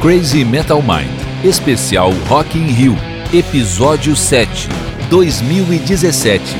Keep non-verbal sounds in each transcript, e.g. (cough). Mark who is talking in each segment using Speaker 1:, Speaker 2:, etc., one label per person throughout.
Speaker 1: Crazy Metal Mind, especial Rock in Rio, episódio 7, 2017.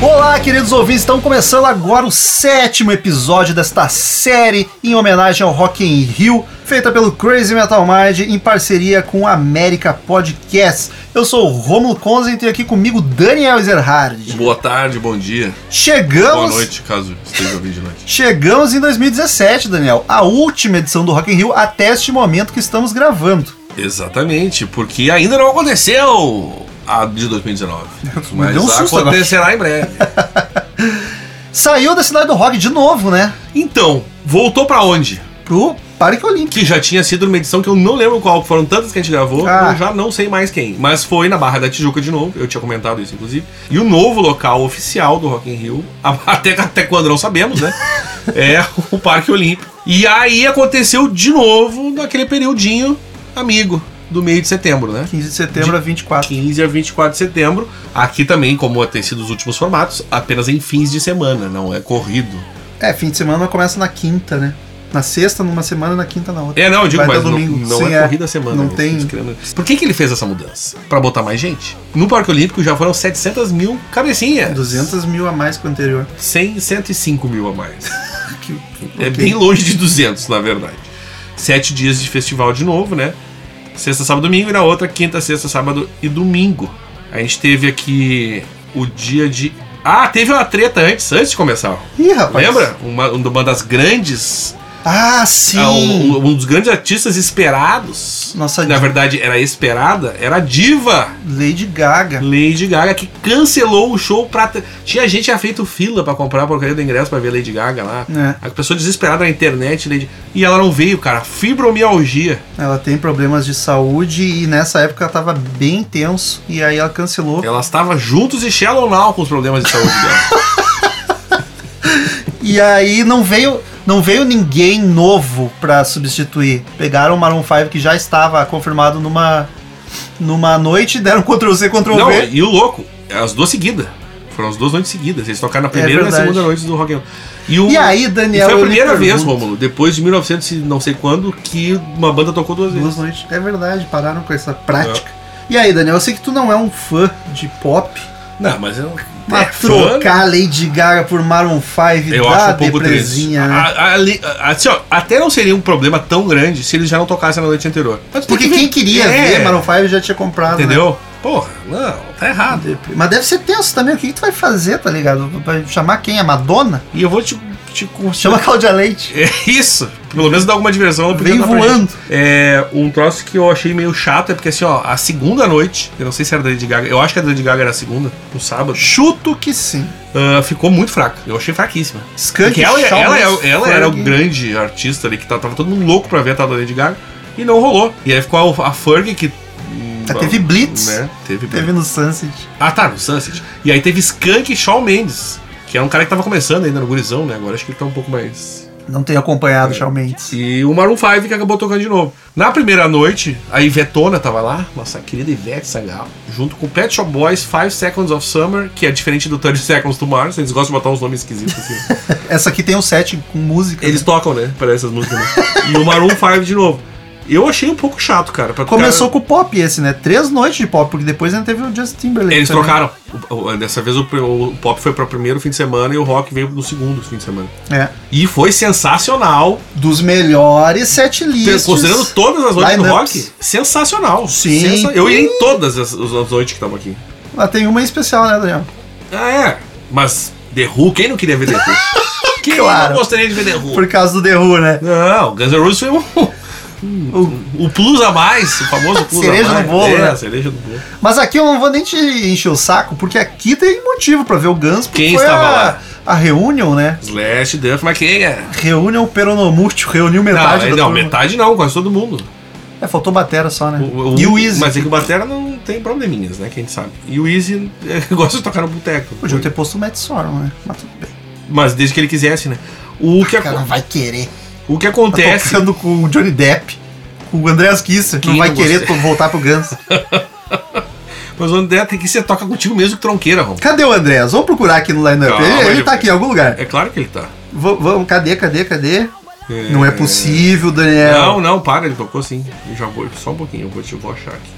Speaker 2: Olá, queridos ouvintes, estão começando agora o sétimo episódio desta série em homenagem ao Rock in Rio, feita pelo Crazy Metal Mind em parceria com a América Podcast. Eu sou o Romulo Conzen e tenho aqui comigo Daniel Ezerhard.
Speaker 3: Boa tarde, bom dia.
Speaker 2: Chegamos,
Speaker 3: Boa noite, caso esteja ouvindo de noite.
Speaker 2: chegamos em 2017, Daniel, a última edição do Rock in Rio até este momento que estamos gravando.
Speaker 3: Exatamente, porque ainda não aconteceu a
Speaker 2: (laughs)
Speaker 3: de 2019. Mas
Speaker 2: deu um susto agora.
Speaker 3: acontecerá em breve.
Speaker 2: Saiu da cidade do rock de novo, né?
Speaker 3: Então, voltou pra onde?
Speaker 2: Pro Parque Olímpico.
Speaker 3: Que já tinha sido numa edição que eu não lembro qual, foram tantas que a gente gravou,
Speaker 2: Ah.
Speaker 3: eu já não sei mais quem. Mas foi na Barra da Tijuca de novo, eu tinha comentado isso inclusive. E o novo local oficial do Rock in Rio, a- (laughs) até, até quando não sabemos, né? é o Parque Olímpico. E aí aconteceu de novo naquele periodinho amigo do meio de setembro, né?
Speaker 2: 15 de setembro a 24.
Speaker 3: 15 a 24 de setembro. Aqui também, como tem sido os últimos formatos, apenas em fins de semana, não é corrido.
Speaker 2: É, fim de semana começa na quinta, né? Na sexta, numa semana, na quinta, na outra.
Speaker 3: É, não, eu digo,
Speaker 2: Vai
Speaker 3: mas
Speaker 2: até
Speaker 3: não,
Speaker 2: domingo.
Speaker 3: não
Speaker 2: Sim,
Speaker 3: é
Speaker 2: é.
Speaker 3: corrida a semana.
Speaker 2: Não
Speaker 3: né?
Speaker 2: tem.
Speaker 3: Isso que eu lembro. Por que, que ele fez essa mudança? Pra botar mais gente? No Parque Olímpico já foram 700 mil cabecinhas.
Speaker 2: 200 mil a mais que o anterior.
Speaker 3: 100, 105 mil a mais.
Speaker 2: (laughs) Que-
Speaker 3: É
Speaker 2: ok.
Speaker 3: bem longe de 200, na verdade. Sete dias de festival de novo, né? Sexta, sábado, domingo. E na outra, quinta, sexta, sábado e domingo. A gente teve aqui o dia de... Ah, teve uma treta antes, antes de começar.
Speaker 2: Ih, rapaz.
Speaker 3: Lembra? Uma, uma das grandes.
Speaker 2: Ah, sim.
Speaker 3: ah, Um, um dos grandes artistas esperados.
Speaker 2: Nossa,
Speaker 3: Na verdade, era esperada, era a diva
Speaker 2: Lady Gaga.
Speaker 3: Lady Gaga, que cancelou o show pra. ter- Tinha gente que tinha feito fila pra comprar a porcaria do ingresso pra ver Lady Gaga lá.
Speaker 2: É,
Speaker 3: A pessoa desesperada na internet, Lady. E ela não veio, cara. Fibromialgia.
Speaker 2: ela tem problemas de saúde e nessa época ela tava bem tenso e aí ela cancelou.
Speaker 3: Ela estava juntos e Shallow Now com os problemas de saúde
Speaker 2: (laughs)
Speaker 3: dela.
Speaker 2: E aí não veio, não veio ninguém novo pra substituir. Pegaram o Maroon 5 que já estava confirmado numa numa noite, deram Ctrl C Ctrl
Speaker 3: não,
Speaker 2: V.
Speaker 3: e o louco, as duas seguidas. Foram as duas noites seguidas. Eles tocaram na primeira e na
Speaker 2: É verdade.
Speaker 3: segunda noite do Rock and Roll. E, o...
Speaker 2: E aí,
Speaker 3: E
Speaker 2: Daniel,
Speaker 3: foi a
Speaker 2: eu lhe
Speaker 3: primeira vez,
Speaker 2: pergunto-
Speaker 3: Rômulo, depois de 1900 e não sei quando, que uma banda tocou duas vezes.
Speaker 2: Duas noites. É verdade, pararam com essa prática. E aí, Daniel, eu sei que tu não é um fã de pop,
Speaker 3: Não, mas eu... É,
Speaker 2: mas trocar Lady Gaga por Maroon 5
Speaker 3: Eu
Speaker 2: dá
Speaker 3: acho um pouco triste.
Speaker 2: depresinha, né?
Speaker 3: A- a- ali- a- assim, ó, até não seria um problema tão grande se eles já não tocassem na noite anterior. Mas tem
Speaker 2: Porque
Speaker 3: que ver-
Speaker 2: quem queria
Speaker 3: É,
Speaker 2: ver Maroon 5 já tinha comprado, né?
Speaker 3: Entendeu? Porra, não, tá errado.
Speaker 2: Dep- Mas deve ser tenso também, o que, que tu vai fazer, tá ligado? Vai chamar quem? A Madonna?
Speaker 3: E eu vou te... te
Speaker 2: Chama a Cláudia Leite.
Speaker 3: É isso. Pelo menos dá alguma diversão. ela podia
Speaker 2: Vem
Speaker 3: dar pra
Speaker 2: voando.
Speaker 3: gente. É, um troço que eu achei meio chato é porque assim, ó, a segunda noite, eu não sei se era da Lady Gaga, eu acho que a da Lady Gaga era a segunda, no sábado.
Speaker 2: Chuto que sim.
Speaker 3: Ah, ficou muito fraca. Eu achei fraquíssima.
Speaker 2: Skunk, é um
Speaker 3: Porque ela, ela,
Speaker 2: Shawnee,
Speaker 3: ela, ela era o
Speaker 2: Fergie.
Speaker 3: grande artista ali que tá- tava todo mundo louco pra ver a tal da Lady Gaga e não rolou. E aí ficou a, a Ferg que. hum,
Speaker 2: Ah, Teve Blitz,
Speaker 3: Né? Teve,
Speaker 2: teve no Sunset.
Speaker 3: Ah, tá, no Sunset. E aí teve Skunk e Shawn Mendes, que era um cara que tava começando ainda no Gurizão, né? Agora acho que ele tá um pouco mais.
Speaker 2: Não tenho acompanhado o Shawn Mendes.
Speaker 3: E o Maroon 5 que acabou tocando de novo. Na primeira noite, a Ivetona tava lá, nossa querida Ivete Sangalo, junto com Pet Shop Boys, Five Seconds of Summer, que é diferente do 30 Seconds to Mars, eles gostam de botar uns nomes esquisitos assim.
Speaker 2: Essa aqui tem um set com música.
Speaker 3: Eles tocam, né? Parece essas músicas. Né? E o Maroon 5 de novo. Eu achei um pouco chato, cara. pra-
Speaker 2: Começou com o pop esse, né? Três noites de pop, porque depois ainda teve o Justin Timberlake.
Speaker 3: Eles
Speaker 2: também.
Speaker 3: trocaram. O- o- Dessa vez o, o pop foi pro primeiro fim de semana e o rock veio no segundo fim de semana.
Speaker 2: É.
Speaker 3: E foi sensacional.
Speaker 2: Dos melhores set
Speaker 3: Ter-
Speaker 2: lists.
Speaker 3: Considerando todas as noites do
Speaker 2: lineups.
Speaker 3: rock, sensacional.
Speaker 2: Sim.
Speaker 3: Eu ia em todas as, as- as noites que estavam aqui.
Speaker 2: Ah, tem uma em especial, né, Daniel?
Speaker 3: Ah, é. Mas The Who, quem não queria ver
Speaker 2: (laughs)
Speaker 3: The Who? Quem
Speaker 2: Claro.
Speaker 3: não gostaria de ver The Who?
Speaker 2: Por causa do The Who, né?
Speaker 3: Não, Guns N' Roses
Speaker 2: (laughs)
Speaker 3: foi um- o, plus a mais, o famoso plus
Speaker 2: Cereja
Speaker 3: a
Speaker 2: no
Speaker 3: mais.
Speaker 2: bolo,
Speaker 3: é,
Speaker 2: né?
Speaker 3: cereja do bolo.
Speaker 2: Mas aqui eu não vou nem te encher o saco, porque aqui tem motivo pra ver o Guns. porque
Speaker 3: Quem
Speaker 2: foi
Speaker 3: estava
Speaker 2: a,
Speaker 3: lá?
Speaker 2: A Reunion, né?
Speaker 3: Slash, Duff, mas quem é?
Speaker 2: Reunion Peronomútil, reuniu metade
Speaker 3: não, é,
Speaker 2: da
Speaker 3: não
Speaker 2: turma.
Speaker 3: metade não, quase todo mundo.
Speaker 2: É, faltou batera só, né?
Speaker 3: O- o-
Speaker 2: e o Easy.
Speaker 3: Mas é que o Batera não tem probleminhas, né? Quem sabe. E o Easy (laughs) é, gosta de tocar no boteco.
Speaker 2: Podia ter posto o Matt Sorum, né? Mas tudo bem.
Speaker 3: Mas desde que ele quisesse, né? O que,
Speaker 2: O Ah, cara
Speaker 3: acon-
Speaker 2: não vai querer.
Speaker 3: o que
Speaker 2: Tá
Speaker 3: acontece.
Speaker 2: tocando com o Johnny Depp, com o Andreas Kisser.
Speaker 3: Quem
Speaker 2: Não vai
Speaker 3: não
Speaker 2: querer voltar pro Guns.
Speaker 3: Mas o André tem que ser toca contigo mesmo que tronqueira, Rom.
Speaker 2: Cadê o Andrés? Vamos procurar aqui no lineup.
Speaker 3: Calma,
Speaker 2: Ele, ele
Speaker 3: ele-
Speaker 2: tá aqui em algum lugar.
Speaker 3: É claro que ele tá.
Speaker 2: V- Vamos, cadê, cadê, cadê? Não é possível, Daniel.
Speaker 3: Não, não, para, ele tocou sim. Eu já vou, só um pouquinho, eu vou, te- eu vou achar aqui.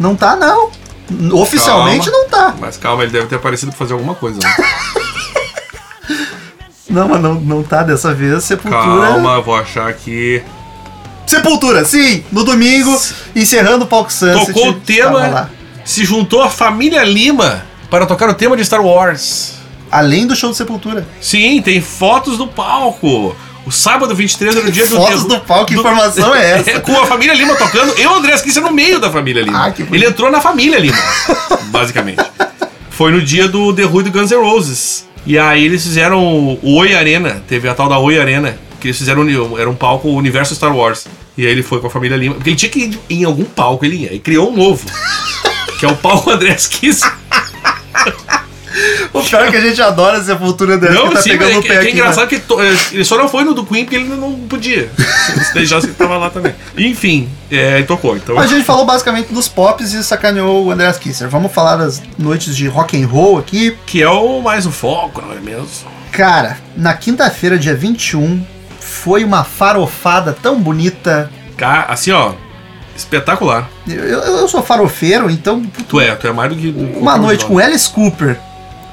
Speaker 2: Não tá, não. Oficialmente
Speaker 3: Calma.
Speaker 2: não tá.
Speaker 3: Mas calma, ele deve ter aparecido pra fazer alguma coisa,
Speaker 2: (laughs)
Speaker 3: né?
Speaker 2: Não, mas não, não tá dessa vez. Sepultura.
Speaker 3: calma, eu vou achar aqui.
Speaker 2: Sepultura, sim! No domingo, encerrando o palco Sunset.
Speaker 3: Tocou o
Speaker 2: Tava lá.
Speaker 3: tema, né? se juntou a família Lima para tocar o tema de Star Wars.
Speaker 2: Além do show de Sepultura.
Speaker 3: Sim, tem fotos do palco. O sábado 23 era o dia do
Speaker 2: Fotos do palco, que informação é
Speaker 3: (laughs)
Speaker 2: essa?
Speaker 3: com a família Lima tocando. Eu, André Esquissa, no meio da família Lima.
Speaker 2: Ah, que bonito.
Speaker 3: Ele entrou na família Lima, basicamente. Foi no dia do The Who e do Guns N' Roses. E aí eles fizeram o Oi Arena, teve a tal da Oi Arena, que eles fizeram, uni- era um palco Universo Star Wars. E aí ele foi com a família Lima, porque ele tinha que ir em algum palco, ele ia, e criou um novo. que é o palco (laughs) André Esquissa.
Speaker 2: O pior é que a gente adora Sepultura Andrés,
Speaker 3: Não,
Speaker 2: que tá
Speaker 3: sim,
Speaker 2: pegando
Speaker 3: mas é,
Speaker 2: o
Speaker 3: que-
Speaker 2: pé
Speaker 3: é que
Speaker 2: aqui.
Speaker 3: é engraçado que to- eh, ele só não foi no do Queen porque ele não podia. Se deixasse, ele tava lá também. Enfim, é, ele tocou. Então,
Speaker 2: né? A gente falou basicamente dos pops e sacaneou o Andrés Kisser. Vamos falar das noites de rock and roll aqui.
Speaker 3: que é o mais o foco, não é mesmo?
Speaker 2: Cara, na quinta-feira, dia 21, foi uma farofada tão bonita.
Speaker 3: Ca- Assim, ó, espetacular.
Speaker 2: Eu, eu- eu sou farofeiro, então
Speaker 3: Tu é, tu é mais do que. do-
Speaker 2: uma
Speaker 3: qualquer
Speaker 2: noite
Speaker 3: um
Speaker 2: com Alice Cooper,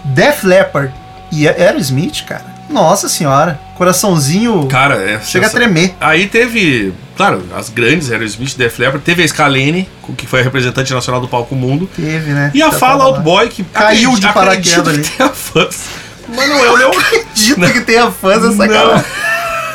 Speaker 2: Def Leppard e Aerosmith, cara. Nossa senhora, coraçãozinho
Speaker 3: de nós. Cara, é.
Speaker 2: chega a
Speaker 3: sensa-
Speaker 2: tremer.
Speaker 3: Aí teve, claro, as grandes, Aerosmith, Def Leppard, teve a Scalene, com- que foi a representante nacional do palco mundo.
Speaker 2: Teve, né?
Speaker 3: E a
Speaker 2: Já
Speaker 3: Fala
Speaker 2: tava
Speaker 3: Out
Speaker 2: lá.
Speaker 3: Boy, que
Speaker 2: Caiu de
Speaker 3: acredito-
Speaker 2: paraquedas
Speaker 3: acredito
Speaker 2: ali.
Speaker 3: que tenha fãs. Mas não é o meu.
Speaker 2: (laughs) Dito que tenha fãs essa
Speaker 3: Não.
Speaker 2: cara.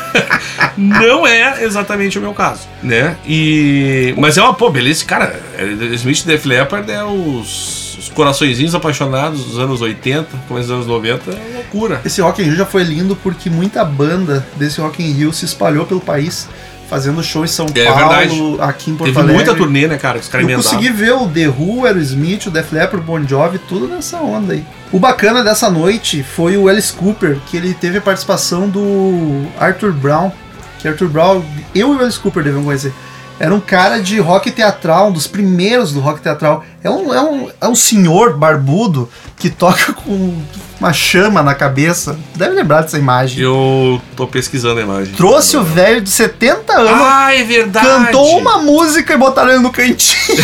Speaker 3: (laughs) Não é exatamente o meu caso, né? E mas é uma pô, beleza, cara. é, Smith e Def Leppard é os, os coraçõezinhos apaixonados dos anos 80, começo dos anos 90, é uma loucura.
Speaker 2: Esse Rock in Rio já foi lindo porque muita banda desse Rock in Rio se espalhou pelo país, fazendo show em São
Speaker 3: É
Speaker 2: Paulo,
Speaker 3: verdade.
Speaker 2: aqui em Porto
Speaker 3: Teve
Speaker 2: Alegre.
Speaker 3: muita turnê, né, cara? que Os caras
Speaker 2: Eu
Speaker 3: emendaram.
Speaker 2: consegui ver o The Who, Aerosmith, o Def Leppard, o Bon Jovi, tudo nessa onda aí. O bacana dessa noite foi o Alice Cooper, que ele teve a participação do Arthur Brown, que Arthur Brown, eu e o Alice Cooper devemos conhecer. Era um cara de rock teatral, um dos primeiros do rock teatral. É um, é um, é um senhor barbudo que toca (laughs) com uma chama na cabeça. Deve lembrar dessa imagem.
Speaker 3: Eu tô pesquisando a imagem.
Speaker 2: Trouxe o velho de 70 anos,
Speaker 3: Ah, é verdade.
Speaker 2: cantou uma música e botaram ele no cantinho.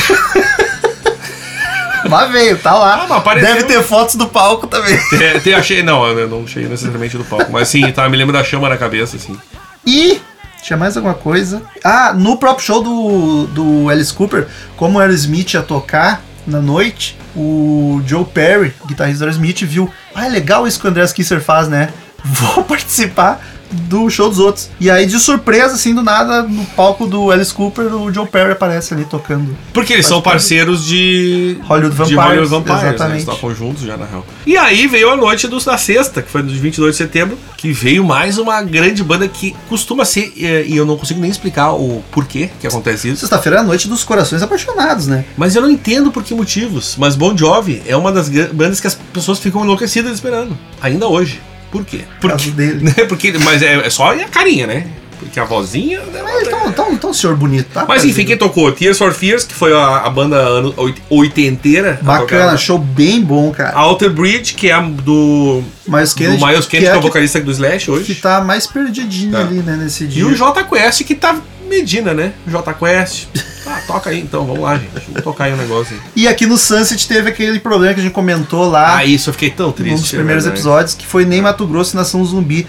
Speaker 3: (laughs)
Speaker 2: Mas veio, tá lá.
Speaker 3: Ah, mas apareceu.
Speaker 2: Deve ter fotos do palco também.
Speaker 3: É, tem- achei, não, eu não cheguei necessariamente do palco, mas sim, tá, me lembro da chama na cabeça, assim.
Speaker 2: E. Tinha mais alguma coisa? Ah, no próprio show do, do Alice Cooper, como o Aerosmith ia tocar na noite, o Joe Perry, guitarrista do Aerosmith, viu. Ah, é legal isso que o Andreas Kisser faz, né? Vou (laughs) participar do show dos outros. E aí, de surpresa, assim, do nada, no palco do Alice Cooper, o Joe Perry aparece ali tocando.
Speaker 3: Porque eles são parceiros de
Speaker 2: Hollywood
Speaker 3: de
Speaker 2: Vampires,
Speaker 3: Hollywood Vampires, né?
Speaker 2: exatamente.
Speaker 3: Eles tocam juntos já, na real. E aí veio a noite dos, da sexta, que foi do 22 de setembro, que veio mais uma grande banda que costuma ser, eh, e eu não consigo nem explicar o porquê que acontece isso,
Speaker 2: Sexta-feira é a noite dos corações apaixonados, né?
Speaker 3: mas eu não entendo por que motivos. Mas Bon Jovi é uma das gran- bandas que as pessoas ficam enlouquecidas esperando, ainda hoje. Por quê? Por
Speaker 2: caso
Speaker 3: quê?
Speaker 2: dele.
Speaker 3: Né? (laughs) Porque, mas é, é só a carinha, né? Porque a vozinha. né?
Speaker 2: Mas então, então, então, senhor bonito, tá?
Speaker 3: Mas enfim, quem tocou? Tears for Fears, que foi a, a banda ano oit- oitenteira. a
Speaker 2: Bacana,
Speaker 3: tocar.
Speaker 2: show bem bom, cara.
Speaker 3: Alter Bridge, que é a do,
Speaker 2: Mas
Speaker 3: do
Speaker 2: Kennedy,
Speaker 3: Miles Kennedy, que é, o
Speaker 2: a que,
Speaker 3: vocalista do Slash hoje.
Speaker 2: que tá mais perdidinho
Speaker 3: Tá.
Speaker 2: ali, né, nesse dia.
Speaker 3: E o J Quest, que tá Medina, né? J Quest. Ah, toca aí então, vamos lá, gente. Vamos tocar aí o negócio. Aí.
Speaker 2: E aqui no Sunset teve aquele problema que a gente comentou lá
Speaker 3: Ah, isso, eu fiquei tão
Speaker 2: num
Speaker 3: triste.
Speaker 2: Um dos primeiros
Speaker 3: né,
Speaker 2: episódios, que foi nem Mato Grosso e Nação Zumbi.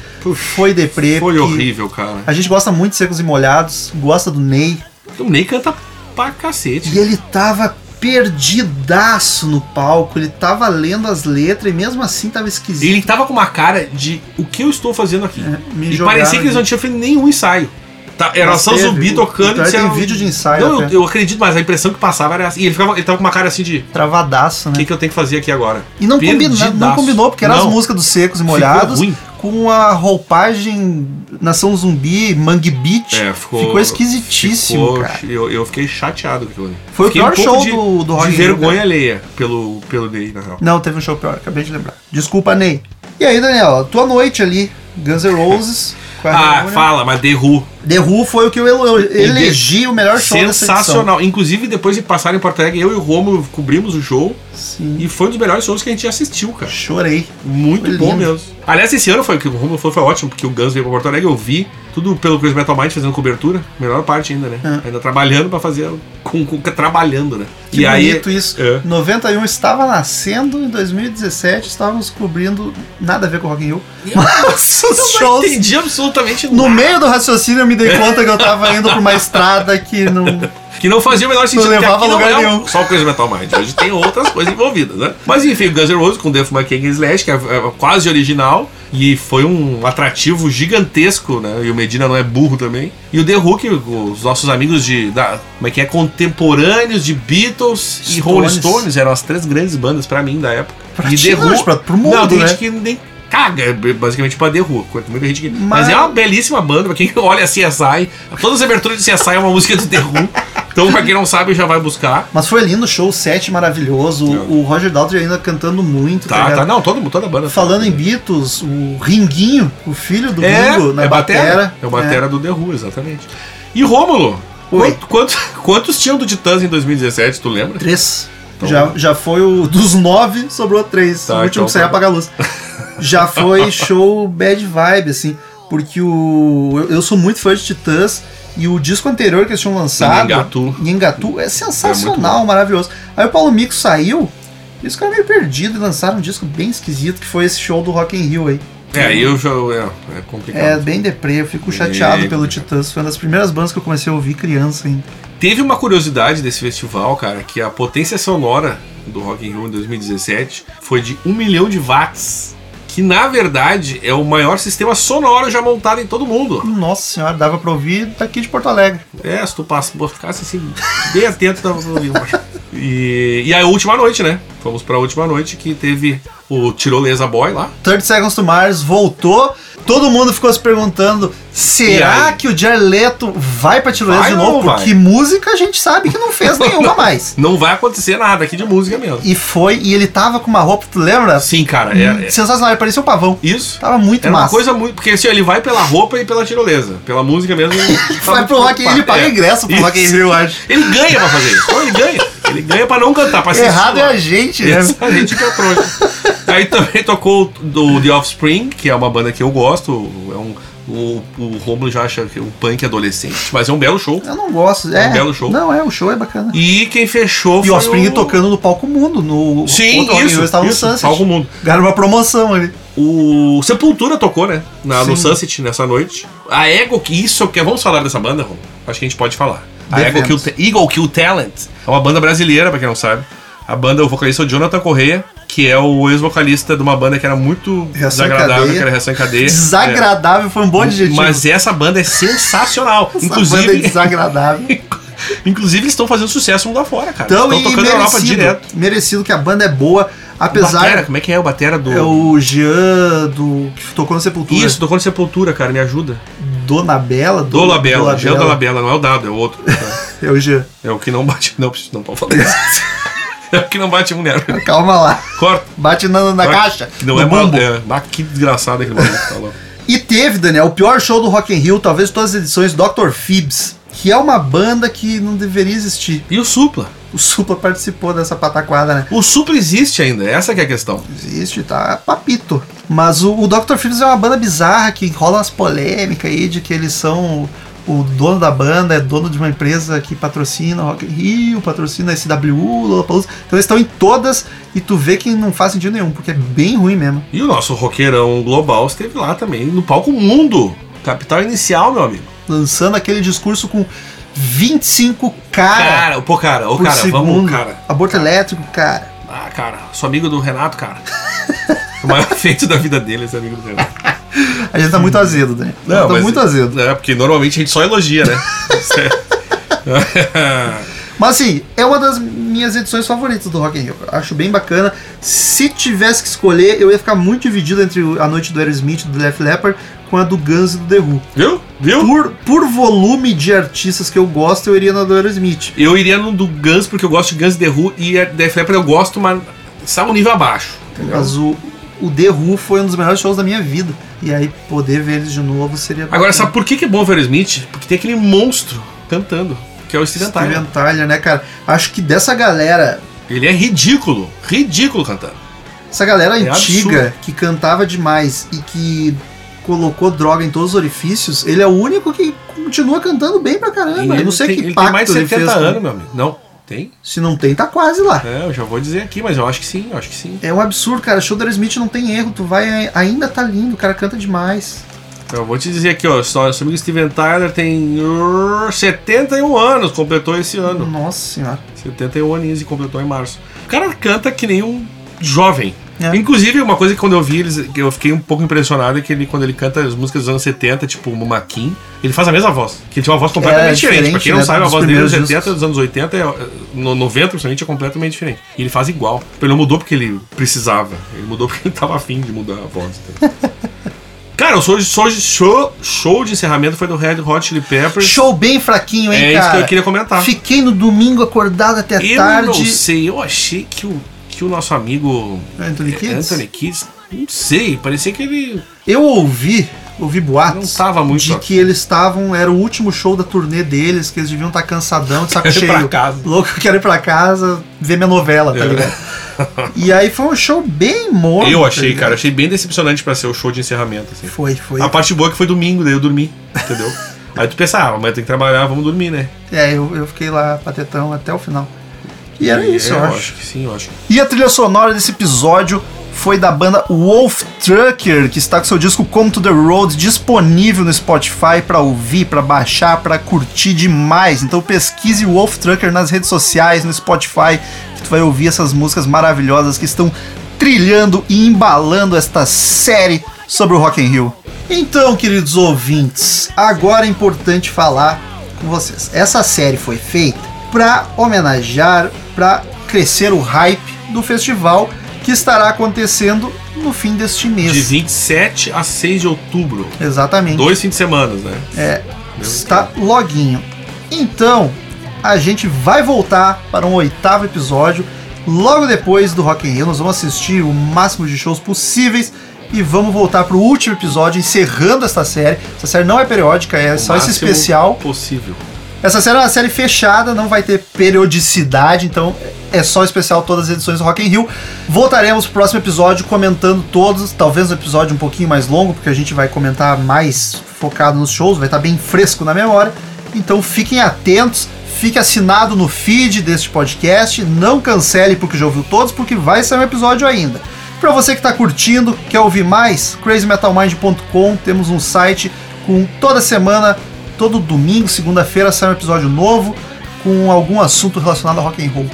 Speaker 2: Foi deprê.
Speaker 3: velho? Foi
Speaker 2: porque
Speaker 3: horrível, cara.
Speaker 2: A gente gosta muito de Secos e Molhados, gosta do Ney.
Speaker 3: O Ney canta pra cacete.
Speaker 2: E ele tava perdidaço no palco, ele tava lendo as letras e mesmo assim tava esquisito. É,
Speaker 3: Ele tava com uma cara de o que eu estou fazendo aqui.
Speaker 2: me
Speaker 3: e
Speaker 2: jogaram
Speaker 3: parecia que eles
Speaker 2: ali.
Speaker 3: não tinham feito nenhum ensaio. Tá, era
Speaker 2: Mas
Speaker 3: só
Speaker 2: teve,
Speaker 3: zumbi
Speaker 2: o-
Speaker 3: tocando
Speaker 2: o-
Speaker 3: disseram-
Speaker 2: tem vídeo de ensaio
Speaker 3: Não, eu,
Speaker 2: até.
Speaker 3: eu acredito, mas a impressão que passava era assim. E ele, ficava, ele tava com uma cara assim de: o
Speaker 2: Travadaço, né?
Speaker 3: que, que eu tenho que fazer aqui agora?
Speaker 2: E não,
Speaker 3: Perdidaço.
Speaker 2: combina, não combinou, porque eram as
Speaker 3: Não.
Speaker 2: músicas dos secos e molhados
Speaker 3: ruim.
Speaker 2: com a roupagem Nação Zumbi, Mangue Beat.
Speaker 3: É,
Speaker 2: ficou,
Speaker 3: ficou-
Speaker 2: esquisitíssimo,
Speaker 3: Ficou-
Speaker 2: cara.
Speaker 3: Eu, eu fiquei chateado com aquilo ali.
Speaker 2: Foi o
Speaker 3: Fiquei um
Speaker 2: pior
Speaker 3: pouco
Speaker 2: show
Speaker 3: de,
Speaker 2: do- do Rock in
Speaker 3: De
Speaker 2: Rio,
Speaker 3: vergonha alheia pelo, pelo Ney, na real.
Speaker 2: Não, teve um show pior, acabei de lembrar. Desculpa, Ney. E aí, Daniel, tua noite ali, Guns N' Roses. com a
Speaker 3: Ah,
Speaker 2: reunião.
Speaker 3: fala, mas The Who.
Speaker 2: The Who foi o que eu elo- elegi o melhor show dessa edição.
Speaker 3: Sensacional. Inclusive, depois de passar em Porto Alegre, eu e o Romulo cobrimos o show.
Speaker 2: Sim.
Speaker 3: E foi um dos melhores shows que a gente já assistiu, cara.
Speaker 2: Chorei.
Speaker 3: Muito
Speaker 2: Foi
Speaker 3: bom
Speaker 2: lindo.
Speaker 3: mesmo. Aliás, esse ano foi o que o Romulo falou, foi ótimo, porque o Guns veio pra Porto Alegre, eu vi tudo pelo Crazy Metal Mind fazendo cobertura. Melhor parte ainda, né?
Speaker 2: É.
Speaker 3: Ainda trabalhando pra fazer. Com, com- trabalhando, né?
Speaker 2: Que bonito isso.
Speaker 3: é.
Speaker 2: 91 estava nascendo, em 2017 estávamos cobrindo nada a ver com o Rock in Rio. Mas os
Speaker 3: Eu não
Speaker 2: shows.
Speaker 3: entendi absolutamente
Speaker 2: No
Speaker 3: nada.
Speaker 2: meio do raciocínio eu me dei conta que eu tava indo pra uma estrada que não.
Speaker 3: Que não fazia o menor sentido. porque
Speaker 2: levava
Speaker 3: aqui não
Speaker 2: lugar
Speaker 3: é
Speaker 2: nenhum.
Speaker 3: Só o Crazy Metal Mind. Hoje tem outras coisas envolvidas, né? Mas enfim, o Guns N' Roses com Death McKagan Slash, que é, é quase original. E foi um atrativo gigantesco, né? E o Medina não é burro também. E o The Who, que os nossos amigos de. Da, como é que é? Contemporâneos de Beatles e Rolling
Speaker 2: Stones.
Speaker 3: Stones eram as três grandes bandas pra mim da época.
Speaker 2: Pra
Speaker 3: e
Speaker 2: ti não, mas pra- pro mundo,
Speaker 3: Não, tem
Speaker 2: né?
Speaker 3: gente que nem caga, basicamente, pra The Who. Muita gente que- Mas...
Speaker 2: Mas-
Speaker 3: é uma belíssima banda, pra quem (laughs) olha CSI, todas as aberturas de CSI é uma música do The Who. Então, pra quem não sabe, já vai buscar.
Speaker 2: Mas foi lindo o show, o set maravilhoso. O o Roger Daltrey ainda cantando muito.
Speaker 3: Tá,
Speaker 2: ligado?
Speaker 3: tá. Não, todo, mundo- toda a banda.
Speaker 2: Falando em Beatles, o Ringuinho, o filho do
Speaker 3: é,
Speaker 2: Ringo, na
Speaker 3: é
Speaker 2: batera.
Speaker 3: É o batera do The Who, exatamente. E Rômulo?
Speaker 2: Oi.
Speaker 3: Quanto, quanto- quantos tinham do Titãs em 2017, tu lembra?
Speaker 2: Três.
Speaker 3: Então-
Speaker 2: já, já foi o dos nove, sobrou três.
Speaker 3: Tá,
Speaker 2: o último
Speaker 3: então
Speaker 2: que saiu
Speaker 3: tá.
Speaker 2: apaga a luz. Já
Speaker 3: (laughs)
Speaker 2: foi show bad vibe, assim. Porque o. Eu, eu sou muito fã de Titãs. E o disco anterior que eles tinham lançado.
Speaker 3: Nhangatu.
Speaker 2: Nhangatu, é
Speaker 3: É
Speaker 2: sensacional, maravilhoso. Aí o Paulo Mico saiu. E os caras meio perdidos e lançaram um disco bem esquisito que foi esse show do Rock in Rio aí.
Speaker 3: É, aí eu já. É, é complicado.
Speaker 2: É bem deprê, eu fico chateado
Speaker 3: É,
Speaker 2: pelo
Speaker 3: cara.
Speaker 2: Titãs. Foi uma das primeiras bandas que eu comecei a ouvir criança, hein?
Speaker 3: Teve uma curiosidade desse festival, cara, que a potência sonora do Rock in Rio em 2017 foi de 1 milhão de watts, que na verdade é o maior sistema sonoro já montado em todo o mundo.
Speaker 2: Nossa senhora, dava pra ouvir daqui de Porto Alegre.
Speaker 3: É, se tu passa, ficasse assim, bem atento, tava tudo ouvindo. E, e aí, a última noite, né? Fomos pra última noite que teve o Tirolesa Boy lá.
Speaker 2: 30 Seconds to Mars voltou. Todo mundo ficou se perguntando:
Speaker 3: E
Speaker 2: será
Speaker 3: aí?
Speaker 2: que o Jared Leto vai pra Tirolesa
Speaker 3: Vai
Speaker 2: de
Speaker 3: ou
Speaker 2: novo?
Speaker 3: não vai?
Speaker 2: Porque música a gente sabe que não
Speaker 3: (laughs)
Speaker 2: fez nenhuma mais.
Speaker 3: Não vai acontecer nada aqui de música mesmo.
Speaker 2: E foi, e ele tava com uma roupa, tu lembra?
Speaker 3: Sim, cara, é, é-
Speaker 2: Sensacional, ele parecia um pavão.
Speaker 3: isso.
Speaker 2: Tava muito
Speaker 3: Era uma
Speaker 2: massa.
Speaker 3: coisa muito. Porque assim, ele vai pela roupa e pela tirolesa. Pela música mesmo. ele tá
Speaker 2: (laughs) Vai
Speaker 3: muito
Speaker 2: pro Rock in Rio, ele
Speaker 3: preocupado.
Speaker 2: paga
Speaker 3: É.
Speaker 2: ingresso pro
Speaker 3: Isso.
Speaker 2: Rock in Rio, eu
Speaker 3: (laughs)
Speaker 2: acho.
Speaker 3: Ele ganha pra fazer isso. Então ele ganha. Ele ganha pra não cantar, pra assistir.
Speaker 2: Errado é a gente, né?
Speaker 3: Essa gente que é trouxa. Aí também tocou o do The Offspring, que é uma banda que eu gosto. É um, o, o Romulo já acha que é um punk adolescente, mas é um belo show.
Speaker 2: Eu não gosto. É,
Speaker 3: um belo show.
Speaker 2: Não, é, o show é bacana.
Speaker 3: E quem fechou
Speaker 2: E o Offspring
Speaker 3: o-
Speaker 2: tocando no palco mundo, no
Speaker 3: Sim,
Speaker 2: outro Rock in Rio,
Speaker 3: isso,
Speaker 2: eles estavam no
Speaker 3: isso,
Speaker 2: Sunset.
Speaker 3: Palco Mundo.
Speaker 2: Ganharam uma promoção ali.
Speaker 3: O Sepultura tocou, né? Na, no
Speaker 2: Sim.
Speaker 3: Sunset nessa noite. A Ego, que isso é que vamos falar dessa banda, Rom? Acho que a gente pode falar. A Ego
Speaker 2: Devemos.
Speaker 3: Kill, Ta- Eagle Kill Talent é uma banda brasileira, pra quem não sabe. A banda, o vocalista é o Jonathan Correia, que é o ex-vocalista de uma banda que era muito
Speaker 2: Reação em
Speaker 3: desagradável,
Speaker 2: cadeia.
Speaker 3: que era Reação em Cadeia.
Speaker 2: Desagradável, foi um bom
Speaker 3: É.
Speaker 2: adjetivo.
Speaker 3: Mas essa banda é sensacional.
Speaker 2: Essa
Speaker 3: inclusive,
Speaker 2: banda é desagradável.
Speaker 3: (laughs) inclusive, eles estão fazendo sucesso mundo afora, cara.
Speaker 2: Então,
Speaker 3: estão
Speaker 2: e
Speaker 3: tocando na Europa direto.
Speaker 2: merecido, merecido que a banda é boa,
Speaker 3: Batera,
Speaker 2: apesar
Speaker 3: como é que é o batera do.
Speaker 2: é o Jean do que tocou no Sepultura,
Speaker 3: Isso, tocou no Sepultura, cara, me ajuda.
Speaker 2: Dona Bela, do,
Speaker 3: Dola Bela, Gel Dola Bela, não é o dado, é o outro.
Speaker 2: É o Jean.
Speaker 3: É o que não bate. Não, preciso- não pode falar isso. É o que não bate mulher.
Speaker 2: Calma lá.
Speaker 3: Corta.
Speaker 2: Bate na, na caixa.
Speaker 3: Que não
Speaker 2: no
Speaker 3: é
Speaker 2: bumbo.
Speaker 3: baldeia. Ah, que desgraçado aquele maluco. tá louco.
Speaker 2: E teve, Daniel, o pior show do Rock in Rio, talvez de todas as edições, Dr. Phoebs, que é uma banda que não deveria existir.
Speaker 3: E o Supla?
Speaker 2: O Supla participou dessa pataquada, né?
Speaker 3: O Supla existe ainda, essa que é a questão.
Speaker 2: Existe, tá? Papito. Mas o, o Dr. Phillips é uma banda bizarra que rola umas polêmicas aí de que eles são o, o dono da banda, é dono de uma empresa que patrocina o Rock in Rio, patrocina a SWU, Lollapalooza. Então eles estão em todas e tu vê que não faz sentido nenhum, porque é bem ruim mesmo.
Speaker 3: E o nosso roqueirão global esteve lá também, no palco mundo. Capital inicial, meu amigo.
Speaker 2: Lançando aquele discurso com 25 cara,
Speaker 3: Cara, pô, cara, ô,
Speaker 2: por
Speaker 3: cara,
Speaker 2: segundo.
Speaker 3: vamos, cara.
Speaker 2: Aborto elétrico, cara.
Speaker 3: Ah, cara, sou amigo do Renato, cara. o maior (laughs) feito da vida dele, esse amigo do Renato.
Speaker 2: A gente tá muito azedo, Daniel.
Speaker 3: Não,
Speaker 2: tá
Speaker 3: mas-
Speaker 2: muito azedo.
Speaker 3: É, porque normalmente a gente só
Speaker 2: (laughs)
Speaker 3: elogia, né? (laughs)
Speaker 2: Mas assim, é uma das minhas edições favoritas do Rock in Rio. Eu Acho bem bacana. Se tivesse que escolher, eu ia ficar muito dividido entre o- a noite do Aerosmith, do Def Leppard, com a do Guns e do The Who.
Speaker 3: Viu? Viu?
Speaker 2: Por, por volume de artistas que eu gosto, eu iria na do Aerosmith.
Speaker 3: Eu iria no do Guns, é porque eu gosto de Guns The Who e a Def Leppard eu gosto, mas está um nível abaixo. entendeu?
Speaker 2: Mas o, o The Who foi um dos melhores shows da minha vida. E aí poder ver eles de novo seria.
Speaker 3: Agora, sabe por que que é bom ver o Smith? Porque tem aquele monstro cantando, que é o Steven Tyler.
Speaker 2: Steven Tyler, né, cara? Acho que dessa galera,
Speaker 3: Ele é ridículo, ridículo cantando.
Speaker 2: essa galera
Speaker 3: É
Speaker 2: antiga
Speaker 3: absurdo.
Speaker 2: que cantava demais e que colocou droga em todos os orifícios, ele é o único que continua cantando bem pra caramba.
Speaker 3: ele
Speaker 2: Ah, Eu não sei
Speaker 3: tem,
Speaker 2: que
Speaker 3: ele
Speaker 2: pacto
Speaker 3: tem mais de
Speaker 2: ele
Speaker 3: 70
Speaker 2: fez. com-
Speaker 3: anos, meu amigo. Não, tem?
Speaker 2: Se não tem, tá quase lá.
Speaker 3: É, eu já vou dizer aqui, mas eu acho que sim, eu acho que sim.
Speaker 2: É um absurdo, cara. Show do Aerosmith não tem erro. Tu vai, ainda tá lindo. O cara canta demais.
Speaker 3: Eu vou te dizer aqui, ó, só seu amigo Steven Tyler tem uh, 71 anos, completou esse ano.
Speaker 2: Nossa senhora.
Speaker 3: 71 aninhos e completou em março. O cara canta que nem um jovem.
Speaker 2: É.
Speaker 3: Inclusive, uma coisa que quando eu vi eles, que eu fiquei um pouco impressionado é que ele, quando ele canta as músicas dos anos 70, tipo o Maquin, ele faz a mesma voz. Que ele tinha uma voz completamente
Speaker 2: É,
Speaker 3: diferente. Pra
Speaker 2: diferente,
Speaker 3: quem não
Speaker 2: né,
Speaker 3: sabe, a
Speaker 2: dos
Speaker 3: voz dele é dos
Speaker 2: primeiros
Speaker 3: 70 dos anos 80, é, no 90 principalmente, é completamente diferente. E ele faz igual. Ele não mudou porque ele precisava. Ele mudou porque ele tava afim de mudar a voz. entendeu?
Speaker 2: (laughs)
Speaker 3: Cara, o show, de- show, de- show, show de encerramento foi do Red Hot Chili Peppers.
Speaker 2: Show bem fraquinho, hein,
Speaker 3: é
Speaker 2: cara?
Speaker 3: isso que eu queria comentar.
Speaker 2: Fiquei no domingo acordado até
Speaker 3: Eu não
Speaker 2: tarde.
Speaker 3: sei, eu achei que o, que o nosso amigo
Speaker 2: É Anthony Kids?
Speaker 3: Anthony Kiss, não sei, parecia que ele.
Speaker 2: Eu ouvi, ouvi boatos
Speaker 3: Não tava muito
Speaker 2: de
Speaker 3: afim.
Speaker 2: que eles estavam, era o último show da turnê deles, que eles deviam estar cansadão,
Speaker 3: (laughs)
Speaker 2: de saco
Speaker 3: Pra
Speaker 2: cheio.
Speaker 3: casa.
Speaker 2: Louco, eu quero ir pra casa ver minha novela, tá
Speaker 3: É. (laughs)
Speaker 2: ligado? E aí foi um show bem morto.
Speaker 3: eu
Speaker 2: tá
Speaker 3: achei,
Speaker 2: ligado?
Speaker 3: cara, achei bem decepcionante pra ser o show de encerramento. assim.
Speaker 2: Foi, foi.
Speaker 3: A parte boa é que foi domingo, daí eu dormi,
Speaker 2: (laughs)
Speaker 3: entendeu? Aí tu pensa, ah, amanhã tem que trabalhar, vamos dormir, né?
Speaker 2: É, eu, eu fiquei lá patetão até o final. E era isso,
Speaker 3: é,
Speaker 2: eu acho.
Speaker 3: que sim, eu acho.
Speaker 2: E a trilha sonora desse episódio foi da banda Wolf Trucker, que está com seu disco Come to the Road disponível no Spotify para ouvir, para baixar, para curtir demais. Então pesquise Wolf Trucker nas redes sociais, no Spotify, que tu vai ouvir essas músicas maravilhosas que estão trilhando e embalando esta série sobre o Rock in Rio. Então, queridos ouvintes, agora é importante falar com vocês. Essa série foi feita para homenagear, para crescer o hype do festival que estará acontecendo no fim deste mês.
Speaker 3: De 27 a 6 de outubro.
Speaker 2: Exatamente.
Speaker 3: Dois fins de semana, né?
Speaker 2: É, está loguinho. Então, a gente vai voltar para um oitavo episódio. Logo depois do Rock in Rio, nós vamos assistir o máximo de shows possíveis e vamos voltar para o último episódio, encerrando esta série. Essa série não é periódica, é só esse
Speaker 3: máximo
Speaker 2: especial.
Speaker 3: Possível.
Speaker 2: Essa série é uma série fechada, não vai ter periodicidade, então é só especial todas as edições do Rock in Rio. Voltaremos pro próximo episódio comentando todos, talvez um episódio um pouquinho mais longo, porque a gente vai comentar mais focado nos shows, vai estar bem fresco na memória. Então fiquem atentos, fique assinado no feed deste podcast, não cancele porque já ouviu todos, porque vai sair um episódio ainda. Para você que tá curtindo, quer ouvir mais, crazymetalmind.com, temos um site com toda semana, todo domingo, segunda-feira sai um episódio novo com algum assunto relacionado a rock and roll.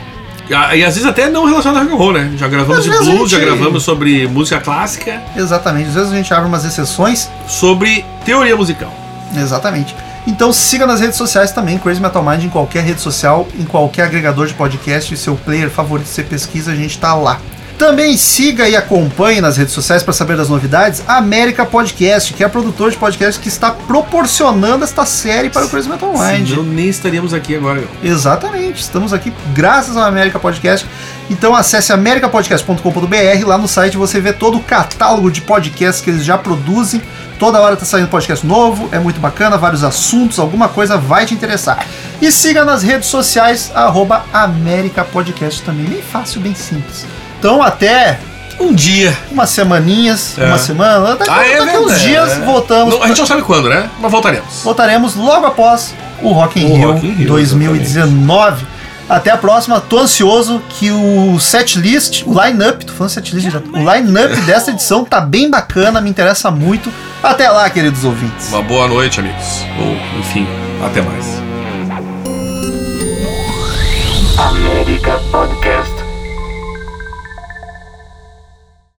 Speaker 3: E a- Ah, e às vezes até não relacionado a rock and roll, né? Já gravamos
Speaker 2: Às
Speaker 3: de
Speaker 2: vezes a
Speaker 3: blues, já
Speaker 2: gente-
Speaker 3: gravamos sobre música clássica,
Speaker 2: Exatamente, às vezes a gente abre umas exceções.
Speaker 3: sobre teoria musical.
Speaker 2: Exatamente. Então siga nas redes sociais também, Crazy Metal Mind em qualquer rede social, em qualquer agregador de podcast, seu player favorito você pesquisa, a gente tá lá. Também siga e acompanhe nas redes sociais para saber das novidades a América Podcast, que é a produtora de podcast que está proporcionando esta série para o Crazy Metal Mind.
Speaker 3: Senão nem estaríamos aqui agora, meu.
Speaker 2: Exatamente, estamos aqui graças ao América Podcast. Então acesse americapodcast.com.br, lá no site você vê todo o catálogo de podcasts que eles já produzem. Toda hora tá saindo podcast novo, é muito bacana, vários assuntos, alguma coisa vai te interessar. E siga nas redes sociais, arroba América Podcast também, bem fácil, bem simples. Então até
Speaker 3: Um dia.
Speaker 2: umas semaninhas,
Speaker 3: É.
Speaker 2: uma semana, daqui, um-
Speaker 3: Ah, é
Speaker 2: daqui uns
Speaker 3: verdade.
Speaker 2: dias voltamos.
Speaker 3: Não, a gente não sabe quando, né? Mas voltaremos.
Speaker 2: Voltaremos logo após o Rock in
Speaker 3: O
Speaker 2: Rio
Speaker 3: Rock in Rio,
Speaker 2: 2019. Até a próxima, tô ansioso que o setlist, o line-up, tô falando setlist já, o line-up dessa edição tá bem bacana, me interessa muito. Até lá, queridos ouvintes.
Speaker 3: Uma boa noite, amigos. Ou, enfim, até mais.
Speaker 4: America Podcast.